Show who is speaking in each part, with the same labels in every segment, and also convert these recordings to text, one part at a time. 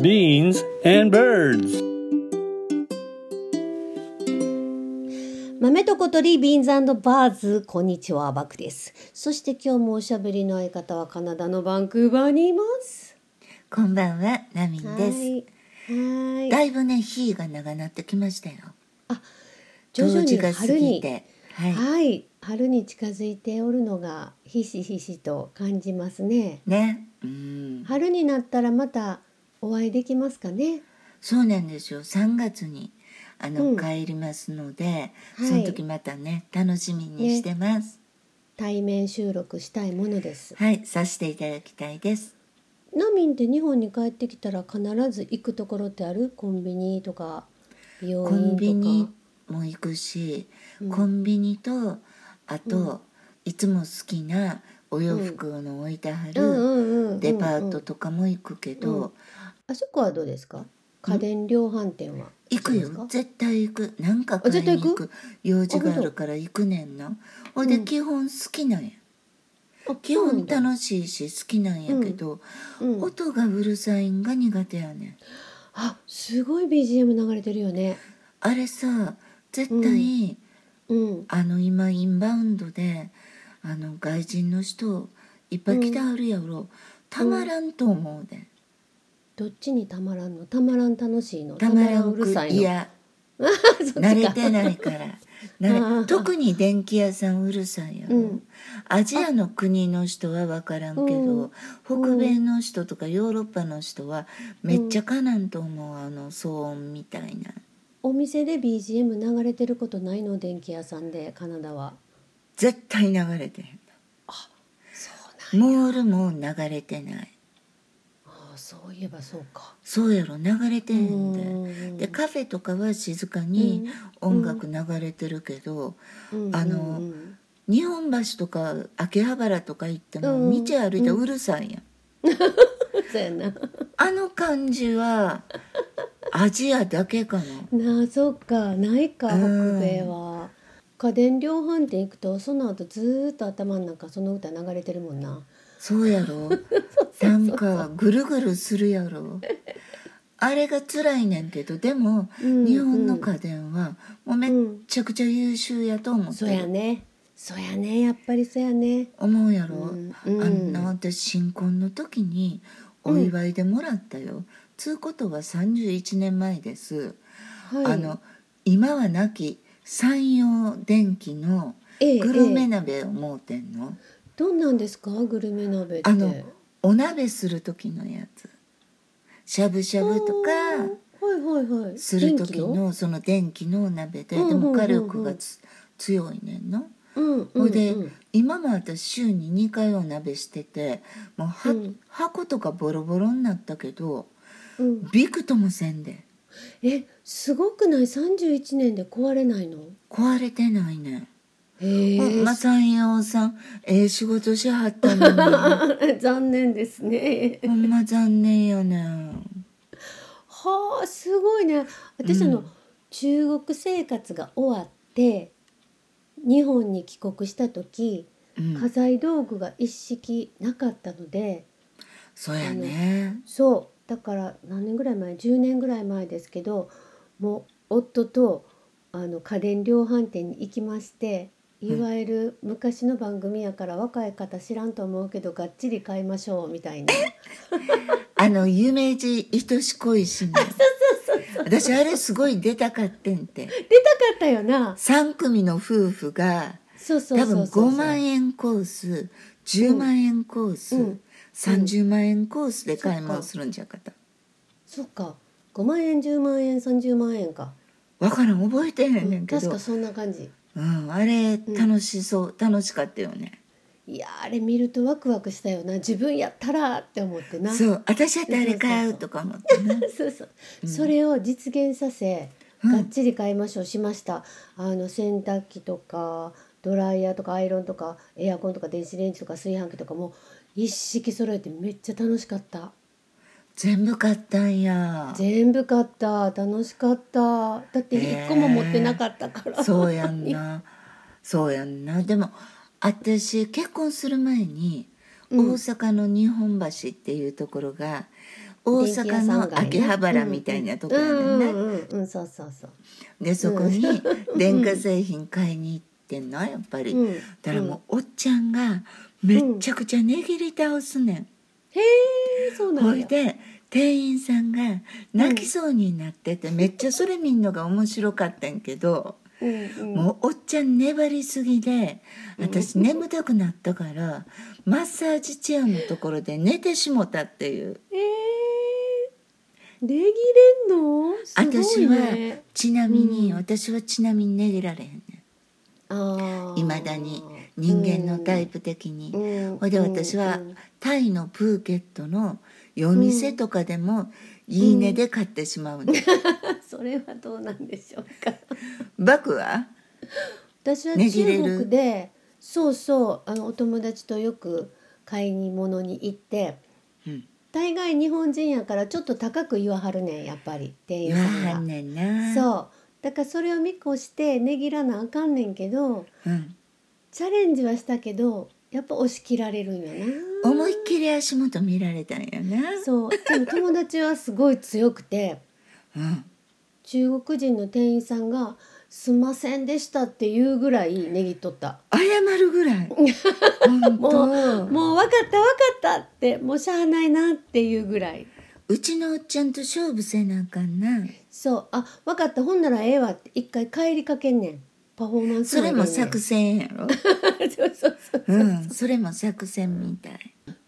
Speaker 1: Beans and birds.
Speaker 2: 豆と小鳥ビーンズバーズこんにちはバクですそして今日もおしゃべりの相方はカナダのバンクーバーにいます
Speaker 3: こんばんは、ラミンです。
Speaker 2: はいは
Speaker 3: だ
Speaker 2: い
Speaker 3: いぶね、日が長なってきましたよ。
Speaker 2: 徐々に
Speaker 3: 冬至が過
Speaker 2: 春
Speaker 3: ぎ
Speaker 2: に
Speaker 3: て、はい、
Speaker 2: はい春に近づいておるのがひしひしと感じますね
Speaker 3: ね、うん、
Speaker 2: 春になったらまたお会いできますかね
Speaker 3: そうなんですよ。3月にあの、
Speaker 2: うん
Speaker 3: 帰りますので、
Speaker 2: はい
Speaker 3: その時またね、楽しみにしてます。
Speaker 2: 対面収録したいものです
Speaker 3: はい、させていただきたいです。
Speaker 2: ナミンって日本に帰ってきたら必ず行くところってあるコンビニとか病院と
Speaker 3: コ
Speaker 2: か
Speaker 3: ンビニも行くし、
Speaker 2: うん
Speaker 3: コンビニとあと、
Speaker 2: うん
Speaker 3: いつも好きなお洋服の置いてあ
Speaker 2: うん
Speaker 3: る
Speaker 2: うんうんうんうん
Speaker 3: デパートとかも行くけど、
Speaker 2: うんあそこはどうですか家電量販店は
Speaker 3: 行く
Speaker 2: そうです
Speaker 3: よ
Speaker 2: か
Speaker 3: 絶対行くなんか買いに行く用事があるから行くねんなほいで
Speaker 2: うん
Speaker 3: 基本好きなんや、
Speaker 2: あ
Speaker 3: 基
Speaker 2: そうな
Speaker 3: 本
Speaker 2: んだ
Speaker 3: 楽しいし好きなんやけど、
Speaker 2: うん、
Speaker 3: 音がうるさいんが苦手やねん
Speaker 2: あすごい BGM 流れてるよね
Speaker 3: あれさ絶対、
Speaker 2: うん
Speaker 3: あの今インバウンドであの外人の人いっぱい来てはるやろ、たまらんと思うで、ん、
Speaker 2: どっちにたまらんのたまらん楽しいの
Speaker 3: たまらん
Speaker 2: うるさいの
Speaker 3: いや
Speaker 2: そっ
Speaker 3: 慣
Speaker 2: ち
Speaker 3: れ
Speaker 2: か
Speaker 3: てないから慣
Speaker 2: ああ
Speaker 3: れ特に電気屋さんうるさいやろ、
Speaker 2: うん
Speaker 3: アジアの国の人は分からんけど、北米の人とかヨーロッパの人はめっちゃかなんと思う、あの騒音みたいな
Speaker 2: お店で BGM 流れてることないの電気屋さんでカナダは
Speaker 3: 絶対流れてへ
Speaker 2: そうなん
Speaker 3: モールも流れてない
Speaker 2: ああそういえばそうか
Speaker 3: そうやろ流れてへんで、
Speaker 2: うん
Speaker 3: でカフェとかは静かに音楽流れてるけど、
Speaker 2: うん
Speaker 3: あの
Speaker 2: うんうん
Speaker 3: 日本橋とか秋葉原とか行っても
Speaker 2: うん
Speaker 3: 道歩いてうるさいやん、
Speaker 2: そうやな
Speaker 3: あの感じはアジアだけかな
Speaker 2: なあそっかないか北
Speaker 3: うん
Speaker 2: 米は家電量販店行くとその後ずーっと頭の中その歌流れてるもんな
Speaker 3: そうやろなんかぐるぐるするやろあれが辛いねんけどでも、
Speaker 2: うん
Speaker 3: 日本の家電はもうめっ
Speaker 2: うん
Speaker 3: ちゃくちゃ優秀やと思って
Speaker 2: そ
Speaker 3: る、
Speaker 2: やねそやねやっぱりそやね
Speaker 3: 思うやろ、
Speaker 2: うん
Speaker 3: あんな私新婚の時にお祝いでもらったよ、つうことは31年前です、
Speaker 2: はい
Speaker 3: あの今はなき山陽電機の
Speaker 2: ええ
Speaker 3: グル
Speaker 2: え
Speaker 3: メ
Speaker 2: え
Speaker 3: 鍋をもうてんの、
Speaker 2: どんなんですかグルメ鍋って
Speaker 3: あのお鍋する時のやつしゃぶしゃぶとか
Speaker 2: あーはいはいはい
Speaker 3: する時
Speaker 2: 元気
Speaker 3: のその電気のお鍋でで
Speaker 2: うんうんうんう
Speaker 3: も
Speaker 2: ん
Speaker 3: 火力がつ強いねんの。
Speaker 2: うんうん
Speaker 3: ほ
Speaker 2: うん
Speaker 3: いで今も私週に2回お鍋しててもうは、
Speaker 2: うん
Speaker 3: 箱とかボロボロになったけど
Speaker 2: うん
Speaker 3: びくともせんで
Speaker 2: えすごくない31年で壊れないの
Speaker 3: 壊れてないねん。
Speaker 2: へ
Speaker 3: ほん
Speaker 2: え
Speaker 3: ま山陽さんええ仕事しはったの に
Speaker 2: 残念ですね
Speaker 3: ほんま残念やねん。
Speaker 2: はあすごいね私、あ
Speaker 3: う
Speaker 2: の
Speaker 3: ん
Speaker 2: 中国生活が終わって日本に帰国した時
Speaker 3: うん
Speaker 2: 家財道具が一式なかったので、
Speaker 3: そうやね。
Speaker 2: そうだから何年ぐらい前10年ぐらい前ですけどもう夫とあの家電量販店に行きましていわゆる昔の番組やから若い方知らんと思うけどがっちり買いましょうみたい な
Speaker 3: あの有名人愛し恋しない。 私あれすごい出たかってんて。
Speaker 2: 出たかったよな
Speaker 3: 3組の夫婦が
Speaker 2: そうそうそ
Speaker 3: 多分
Speaker 2: うそう
Speaker 3: 5万円コース10万円コース、
Speaker 2: うん
Speaker 3: 30万円コースで買い物するんじゃかた
Speaker 2: そっか5万円10万円30万円か、
Speaker 3: 分からん覚えてへんねんけ
Speaker 2: 確
Speaker 3: ど、
Speaker 2: かそんな感じ
Speaker 3: うんあれ楽しそう、楽しかったよね
Speaker 2: いやーあれ見るとワクワクしたよな自分やったらーって思ってな
Speaker 3: そう私やったらあれ買うとか思ってね
Speaker 2: そうそうそれを実現させ、
Speaker 3: うん
Speaker 2: がっちり買いましょうしましたあの洗濯機とかドライヤーとかアイロンとかエアコンとか電子レンジとか炊飯器とかも一式揃えてめっちゃ楽しかった
Speaker 3: 全部買ったんや
Speaker 2: 全部買った楽しかっただって一個も持ってなかった から、
Speaker 3: そうやんなそうやんなでも私結婚する前に大
Speaker 2: うん
Speaker 3: 阪の日本橋っていうところが、大
Speaker 2: 電気屋さ
Speaker 3: 阪
Speaker 2: ん
Speaker 3: の
Speaker 2: 街ね
Speaker 3: 秋葉原みたいなとこ
Speaker 2: う
Speaker 3: や
Speaker 2: ん
Speaker 3: ね
Speaker 2: うんん
Speaker 3: ね、
Speaker 2: うんうんうんそうそうそう
Speaker 3: でそこに電化製品買いに行ってんのやっぱり、
Speaker 2: うん
Speaker 3: だからもうおっちゃんがめっちゃくちゃ握り倒すねん、
Speaker 2: へえそうな
Speaker 3: ほ
Speaker 2: ん
Speaker 3: い
Speaker 2: や
Speaker 3: で店員さんが泣きそうになってて、めっちゃそれ見んのが面白かったんけど、
Speaker 2: うんうん
Speaker 3: もうおっちゃん粘りすぎで私眠たくなったから、マッサージチェアのところで寝てしもたっていう
Speaker 2: えー、ねぎれんのすご
Speaker 3: 私
Speaker 2: い
Speaker 3: は
Speaker 2: ね
Speaker 3: ちなみに、
Speaker 2: うん
Speaker 3: 私はちなみに寝られへんね
Speaker 2: あ
Speaker 3: んいまだに人間のタイ
Speaker 2: プ、
Speaker 3: プ的に。
Speaker 2: うん、
Speaker 3: ほいで私は
Speaker 2: うん
Speaker 3: タイのプーケットの夜店とかでもいいねで買ってしまうね、
Speaker 2: それはどうなんでしょうか
Speaker 3: バクは
Speaker 2: 私は
Speaker 3: ねぎ
Speaker 2: 中
Speaker 3: れる
Speaker 2: 国でそうそうあのお友達とよく買い物に行って
Speaker 3: うん
Speaker 2: 大概日本人やからちょっと高く言わはるねんやっぱり店員
Speaker 3: 言
Speaker 2: さ
Speaker 3: わ
Speaker 2: んが
Speaker 3: はんねんな
Speaker 2: そうだからそれを見越してねぎらなあかんねんけど
Speaker 3: うん、
Speaker 2: チャレンジはしたけどやっぱ押し切られるんよな
Speaker 3: 思いっきり足元見られたんやな
Speaker 2: そうでも友達はすごい強くて
Speaker 3: うん、
Speaker 2: 中国人の店員さんが「すんませんでした」っていうぐらいねぎっとった
Speaker 3: 謝るぐら い本
Speaker 2: も
Speaker 3: 当
Speaker 2: もう分かった分かったってもうしゃあないなっていうぐらいう
Speaker 3: ちのおっちゃんと勝負せなあかんな
Speaker 2: そうあ分かったほんならええわって一回帰りかけんねんパフォーマンス
Speaker 3: それも
Speaker 2: さ
Speaker 3: 作戦やろ、
Speaker 2: そうそうそう
Speaker 3: うん、それも作戦みたい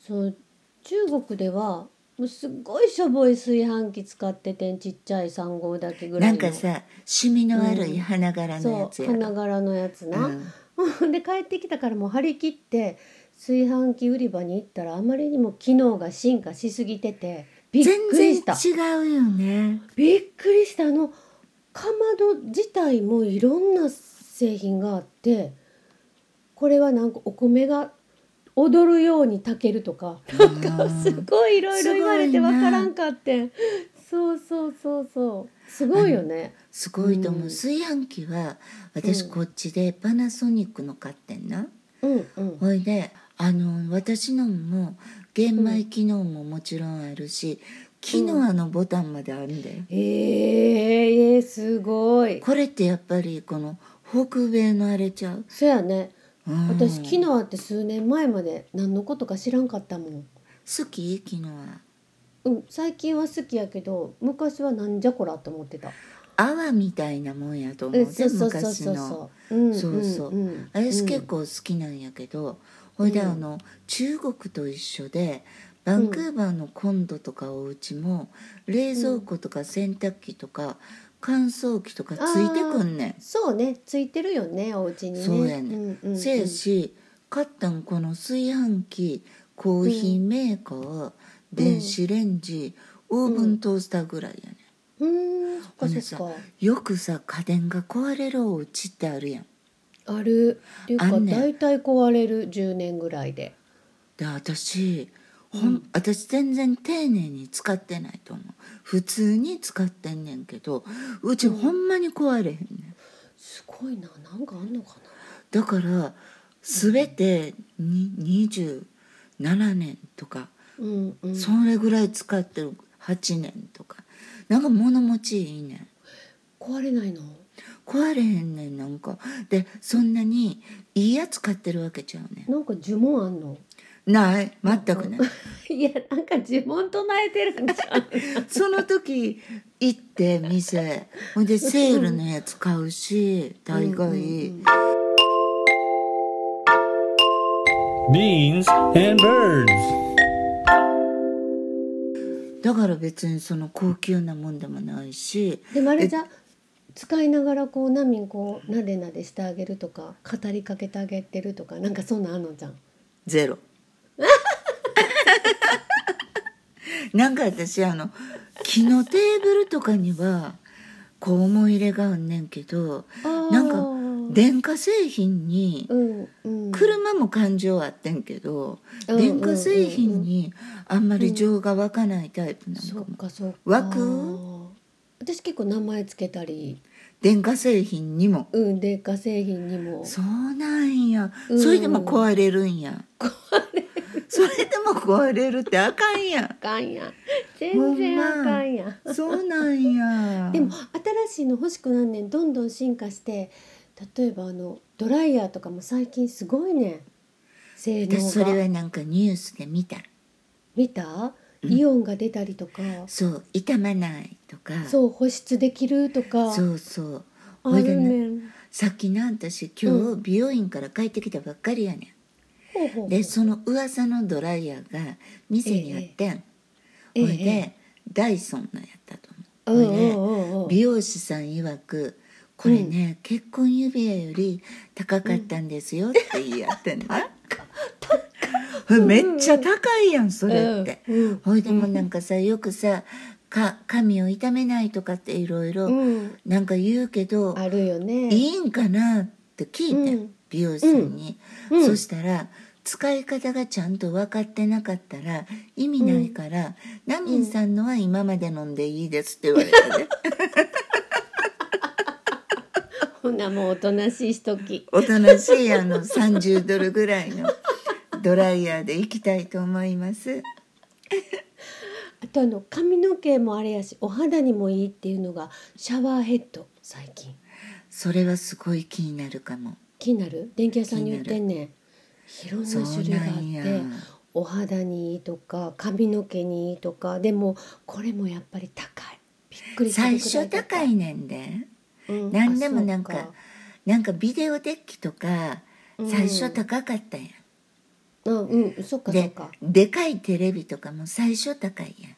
Speaker 2: そう中国ではもうすっごいしょぼい炊飯器使っててんちっちゃい3号だけぐら
Speaker 3: ない
Speaker 2: の
Speaker 3: んかさシミの悪い花柄のや
Speaker 2: そ
Speaker 3: つ
Speaker 2: う
Speaker 3: やろ、
Speaker 2: 花柄のやつな、
Speaker 3: うん
Speaker 2: ほん で帰ってきたからもう張り切って炊飯器売り場に行ったらあまりにも機能が進化しすぎててびっ
Speaker 3: 全
Speaker 2: くり
Speaker 3: 然
Speaker 2: した
Speaker 3: 違うよね
Speaker 2: びっくりしたあのかまど自体もいろんな製品があってこれはなんかお米が踊るように炊けるとかなんかすごいいろいろ言われてわからんかってんそうそうそうそうすごいよね
Speaker 3: すごいと思う、
Speaker 2: うん
Speaker 3: 炊飯器は私
Speaker 2: うん
Speaker 3: こっちでパナソニックの買ってんな、
Speaker 2: うんうん
Speaker 3: ほいであの私のも玄米機能ももちろんあるし、キノアのボタンまであるんだよ、
Speaker 2: えー、えー、すごい
Speaker 3: これってやっぱりこの北米のあれちゃう、
Speaker 2: そやね
Speaker 3: うん
Speaker 2: 私キノアって数年前まで何のことか知らんかったもん
Speaker 3: 好きキノア
Speaker 2: うん最近は好きやけど昔はなんじゃこらと思ってた
Speaker 3: 泡みたいなもんやと思
Speaker 2: え
Speaker 3: うで
Speaker 2: そうそうそう
Speaker 3: 昔
Speaker 2: そう
Speaker 3: の
Speaker 2: そう。うん
Speaker 3: そうそう
Speaker 2: うんうん
Speaker 3: 私
Speaker 2: うん
Speaker 3: 結構好きなんやけど、ほいで
Speaker 2: うん
Speaker 3: あの中国と一緒でバンクーバーのコンドとかお家も冷蔵庫とか洗濯機とか乾燥機とかついてくんねん。
Speaker 2: そうね、ついてるよね、お家にね。
Speaker 3: そうやね
Speaker 2: んうんうん
Speaker 3: せやし買ったんこの炊飯器コーヒーメーカー、電子レンジ、オーブントースターぐらいやね、
Speaker 2: うーん、そっ
Speaker 3: ほんで
Speaker 2: か
Speaker 3: さ
Speaker 2: そっ
Speaker 3: よくさ家電が壊れるお家ってあるやん
Speaker 2: か。ある。っていうか、
Speaker 3: あんねん
Speaker 2: だいたい壊れる10年ぐらいで。
Speaker 3: で私ほん、私全然丁寧に使ってないと思う普通に使ってんねんけどうちほんまに壊れへんねん
Speaker 2: すごいな、なんかあんのか
Speaker 3: だから全てに27年とか
Speaker 2: な。うんうん。
Speaker 3: それぐらい使ってる8年とかなんか物持ちいいねん
Speaker 2: 壊れないの。
Speaker 3: 壊れへんねんなんかでそんなにいいやつ買ってるわけちゃうね
Speaker 2: なんか呪文あんの。
Speaker 3: んない全 くない
Speaker 2: いや、なんか呪文唱えてるんじゃ ん。
Speaker 3: その時行って店ほんでセールのやつ買うし大概、
Speaker 2: うん
Speaker 1: Beans and birds.
Speaker 3: だから別にその高級なもんでもないし
Speaker 2: でもあれじゃ。使いながらこうナミンこうなでなでしてあげるとか語りかけてあげてるとかなんかそんなんあんのじゃん
Speaker 3: ゼロ なんか私あの木のテーブルとかにはこう思い入れがあんねんけどなんか
Speaker 2: か
Speaker 3: 電化製品に
Speaker 2: うんうん、
Speaker 3: 車も感情あってんけど、
Speaker 2: うん
Speaker 3: 電化製品にあんまり情が湧かないタイプなのか
Speaker 2: そ
Speaker 3: も、
Speaker 2: うかそうか
Speaker 3: 湧く
Speaker 2: 私結構名前つけたり
Speaker 3: 電化製品にも
Speaker 2: うん電化製品にも
Speaker 3: そうなんや、
Speaker 2: うん
Speaker 3: それでも壊れるんや壊れるそれでも壊れるってあかんやん
Speaker 2: あかんやん全然あかんやん
Speaker 3: そうなんや
Speaker 2: でも新しいの欲しくなんねんどんどん進化して例えばあのドライヤーとかも最近すごいねん性
Speaker 3: 私そ
Speaker 2: 能
Speaker 3: れ
Speaker 2: が
Speaker 3: はなんかニュースで見た
Speaker 2: 見たイオンが出たりとか、
Speaker 3: そう傷まないとか
Speaker 2: そう保湿できるとか
Speaker 3: そうそう
Speaker 2: あ
Speaker 3: ほいで
Speaker 2: る
Speaker 3: な
Speaker 2: ねん
Speaker 3: さっきな私今日美容院から帰ってきたばっかりやね
Speaker 2: ほうほうほ
Speaker 3: ん
Speaker 2: う
Speaker 3: でその噂のドライヤーが店にあってん、
Speaker 2: ええ
Speaker 3: ほいで、
Speaker 2: え
Speaker 3: ダイソンのやったと
Speaker 2: うんうん
Speaker 3: 思う、ほいで
Speaker 2: うんうん
Speaker 3: 美容師さん曰くこれね、結婚指輪より高かったんですよって言い合ってんの、 めっちゃ高いやんそれって、
Speaker 2: うんうん
Speaker 3: ほいでもなんかさよくさか髪を傷めないとかっていろいろ
Speaker 2: うん
Speaker 3: なんか言うけど、
Speaker 2: あるよね
Speaker 3: いいんかなって聞いて、
Speaker 2: うん
Speaker 3: 美容師さんに、
Speaker 2: うんうん
Speaker 3: そしたら使い方がちゃんと分かってなかったら意味ないから、ナミンさんのは今まで飲んでいいですって言われたね
Speaker 2: ほなもうおとなしいしとき
Speaker 3: おとなしいあの30ドルぐらいの ドライヤーでいきたいと思います
Speaker 2: あとあの髪の毛もあれやしお肌にもいいっていうのがシャワーヘッド最近
Speaker 3: それはすごい気になるかも
Speaker 2: 気になる電気屋さんに売ってんねんいろんな種類があ
Speaker 3: そうな
Speaker 2: っ
Speaker 3: んや
Speaker 2: てお肌にいいとか髪の毛にいいとかでもこれもやっぱり高いびっくりする
Speaker 3: 最
Speaker 2: くら
Speaker 3: 初
Speaker 2: い
Speaker 3: 高
Speaker 2: い、
Speaker 3: いねんで
Speaker 2: うん
Speaker 3: 何でもなん
Speaker 2: あそ
Speaker 3: か
Speaker 2: う
Speaker 3: なんかビデオデッキとか
Speaker 2: うん
Speaker 3: 最初高かったやん
Speaker 2: うんうんそっかそっ
Speaker 3: で
Speaker 2: か
Speaker 3: でかいテレビとかも最初高いや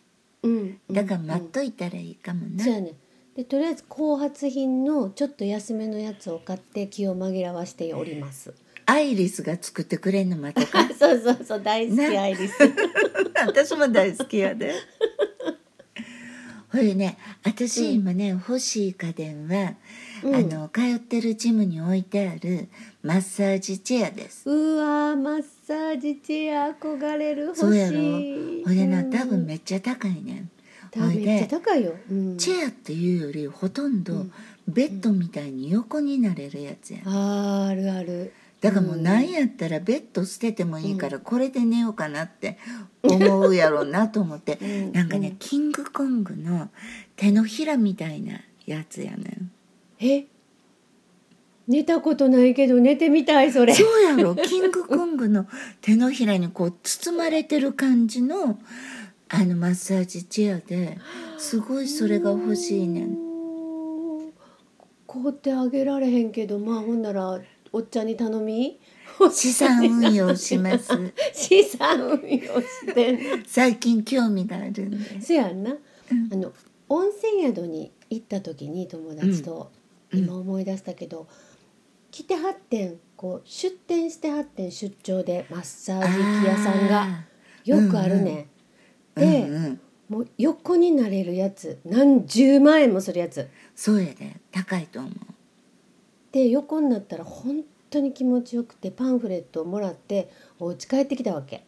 Speaker 2: うん
Speaker 3: んだから
Speaker 2: ま
Speaker 3: 待っといたらいいかもな、
Speaker 2: そうやねでとりあえず後発品のちょっと安めのやつを買って気を紛らわしております
Speaker 3: アイリスが作ってくれんの待とか
Speaker 2: そうそうそう大好き
Speaker 3: ね
Speaker 2: アイリス
Speaker 3: 私も大好きや でほいでね私今ね、欲しい家電は、
Speaker 2: うん
Speaker 3: あの通ってるジムに置いてあるマッサージチェアです
Speaker 2: うわーマッサージチェア憧れる欲しい
Speaker 3: そうやろほいでな多分
Speaker 2: め
Speaker 3: めっちゃ高いねん
Speaker 2: 多
Speaker 3: ほ
Speaker 2: 分
Speaker 3: い
Speaker 2: めっ
Speaker 3: で
Speaker 2: ちゃ高いよ、うん、
Speaker 3: チェアっていうよりほとんどベッドみたいに横になれるやつやん
Speaker 2: あーあるある
Speaker 3: だからもうなんやったらベッド捨ててもいいからこれで寝ようかなって思うやろうなと思って
Speaker 2: うん
Speaker 3: なんかね
Speaker 2: うん
Speaker 3: キングコングの手のひらみたいなやつやねん
Speaker 2: え寝たことないけど寝てみたい それ
Speaker 3: そうやろキングコングの手のひらにこう包まれてる感じのあのマッサージチェアですごいそれが欲しいね ん
Speaker 2: ん凍ってあげられへんけどまあほんならおっちゃんに頼み欲しい
Speaker 3: 資産運用します
Speaker 2: 資産運用してんな
Speaker 3: 最近興味があるんで
Speaker 2: そやんな、あの温泉宿に行った時に友達と、
Speaker 3: うん
Speaker 2: 今思い出したけど、来てはってんこう出店してはってん出張でマッサージ器屋さんがよくあるね、
Speaker 3: あー
Speaker 2: で、
Speaker 3: うんうん
Speaker 2: もう横になれるやつ何十万円もするやつ
Speaker 3: そうやで高いと思う
Speaker 2: で横になったら本当に気持ちよくてパンフレットをもらってお家帰ってきたわけ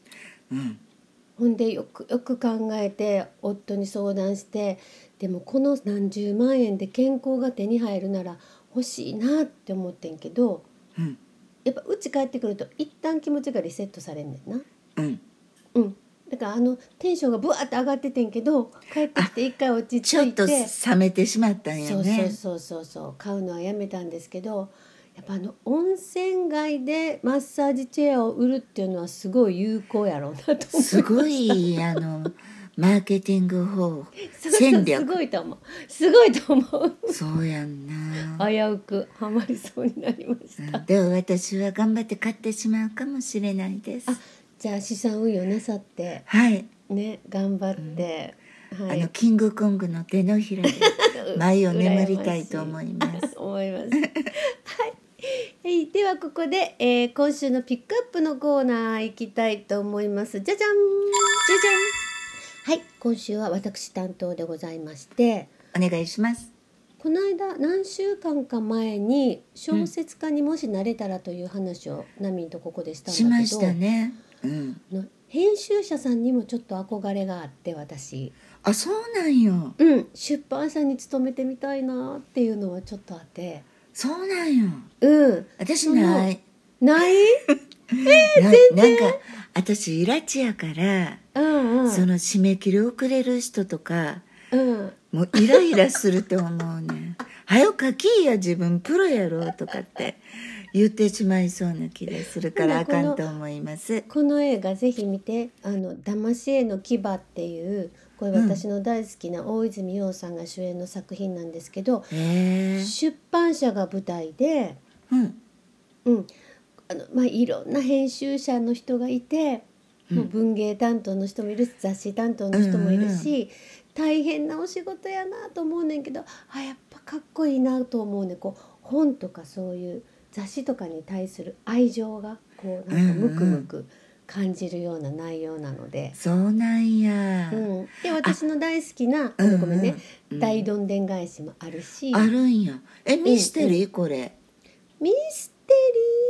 Speaker 3: うん
Speaker 2: ほんでよくよく考えて夫に相談してでもこの何十万円で健康が手に入るなら欲しいなって思ってんけど
Speaker 3: うん
Speaker 2: やっぱ家帰ってくると一旦気持ちがリセットされんねんな
Speaker 3: うん
Speaker 2: うんだからあのテンションがブワーって上がっててんけど帰ってきて一回落ち着いて
Speaker 3: ちょっと冷めてしまったんや
Speaker 2: そうそう
Speaker 3: ね
Speaker 2: そうそうそう買うのはやめたんですけどやっぱあの温泉街でマッサージチェアを売るっていうのはすごい有効やろうなと思う
Speaker 3: すごいあ のマーケティング法
Speaker 2: そうそうす
Speaker 3: 戦略
Speaker 2: ごいと思うすごいと思う
Speaker 3: そうやんな
Speaker 2: 危うくハマりそうになりました、
Speaker 3: うんでも私は頑張って買ってしまうかもしれないです
Speaker 2: じゃあ資産運用なさって
Speaker 3: はい、
Speaker 2: ね頑張って、は
Speaker 3: あのキングコングの手のひ らで前を眠りたいと思います
Speaker 2: す思います はいえいではここで、えー今週のピックアップのコーナー行きたいと思いますじゃじゃんじゃじゃんはい今週は私担当でございまして
Speaker 3: お願いします
Speaker 2: この間何週間か前に小説家にもしなれたらという話を、ナミンとここでしたんだけ
Speaker 3: し
Speaker 2: ど
Speaker 3: ましたねうん
Speaker 2: の編集者さんにもちょっと憧れがあって私、
Speaker 3: あそうなんよ
Speaker 2: うん、出版社に勤めてみたいなっていうのはちょっとあって
Speaker 3: そうなんよ
Speaker 2: うん
Speaker 3: 私ない
Speaker 2: ない
Speaker 3: ななんか私イラチやから、
Speaker 2: うんうん
Speaker 3: その締め切り遅れる人とか
Speaker 2: うん
Speaker 3: もうイライラすると思うねん はよ書きいや自分プロやろとかって言ってしまいそうな気がするから
Speaker 2: な
Speaker 3: あ
Speaker 2: んか
Speaker 3: か
Speaker 2: この
Speaker 3: んと思います
Speaker 2: この映画ぜひ見て「あの騙し絵の牙」っていうこれ
Speaker 3: うん
Speaker 2: 私の大好きな大泉洋さんが主演の作品なんですけど、
Speaker 3: へえ
Speaker 2: 出版社が舞台で、
Speaker 3: うん
Speaker 2: うんあのまあ、いろんな編集者の人がいて、もう文芸担当の人もいるし雑誌担当の人もいるし、大変なお仕事やなと思うねんけどあやっぱかっこいいなと思うねんこう本とかそういう雑誌とかに対する愛情がこうなんかムクムク感じるような内容なので。
Speaker 3: そうなんや、
Speaker 2: うん、で私の大好きな
Speaker 3: うんうん
Speaker 2: ごめんね、
Speaker 3: うん
Speaker 2: 大どんでん返しもあるし
Speaker 3: あるんやえミステリーこれ
Speaker 2: ミステ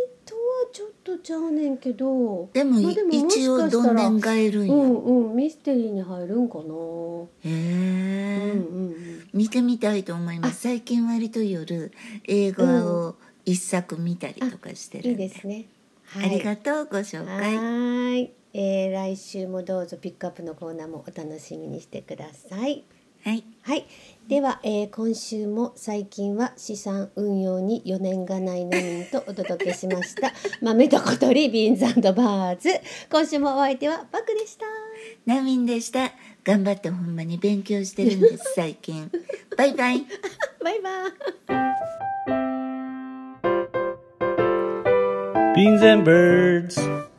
Speaker 2: リーとはちょっとちゃうねんけど
Speaker 3: でも,、
Speaker 2: まあでももしか
Speaker 3: 一
Speaker 2: したら
Speaker 3: 応どんねんがいるん
Speaker 2: う
Speaker 3: や、
Speaker 2: んうんミステリーに入るんかな、う
Speaker 3: へ
Speaker 2: んうん
Speaker 3: え、
Speaker 2: うん、
Speaker 3: 見てみたいと思います最近割と夜映画を一作見たりとかしてるんで,、
Speaker 2: いいですねは
Speaker 3: ありがとうご紹
Speaker 2: は
Speaker 3: 介
Speaker 2: ーい、えー、来週もどうぞピックアップのコーナーもお楽しみにしてください
Speaker 3: はい
Speaker 2: はいでは、えー、今週も最近は資産運用に余念がないナミンとお届けしました 豆と小鳥ビーンズバーズ今週もお相手はパクでした
Speaker 3: ナミンでした頑張ってほんまに勉強してるんです最近バイ バイ
Speaker 2: バイバイ
Speaker 1: Beans and birds.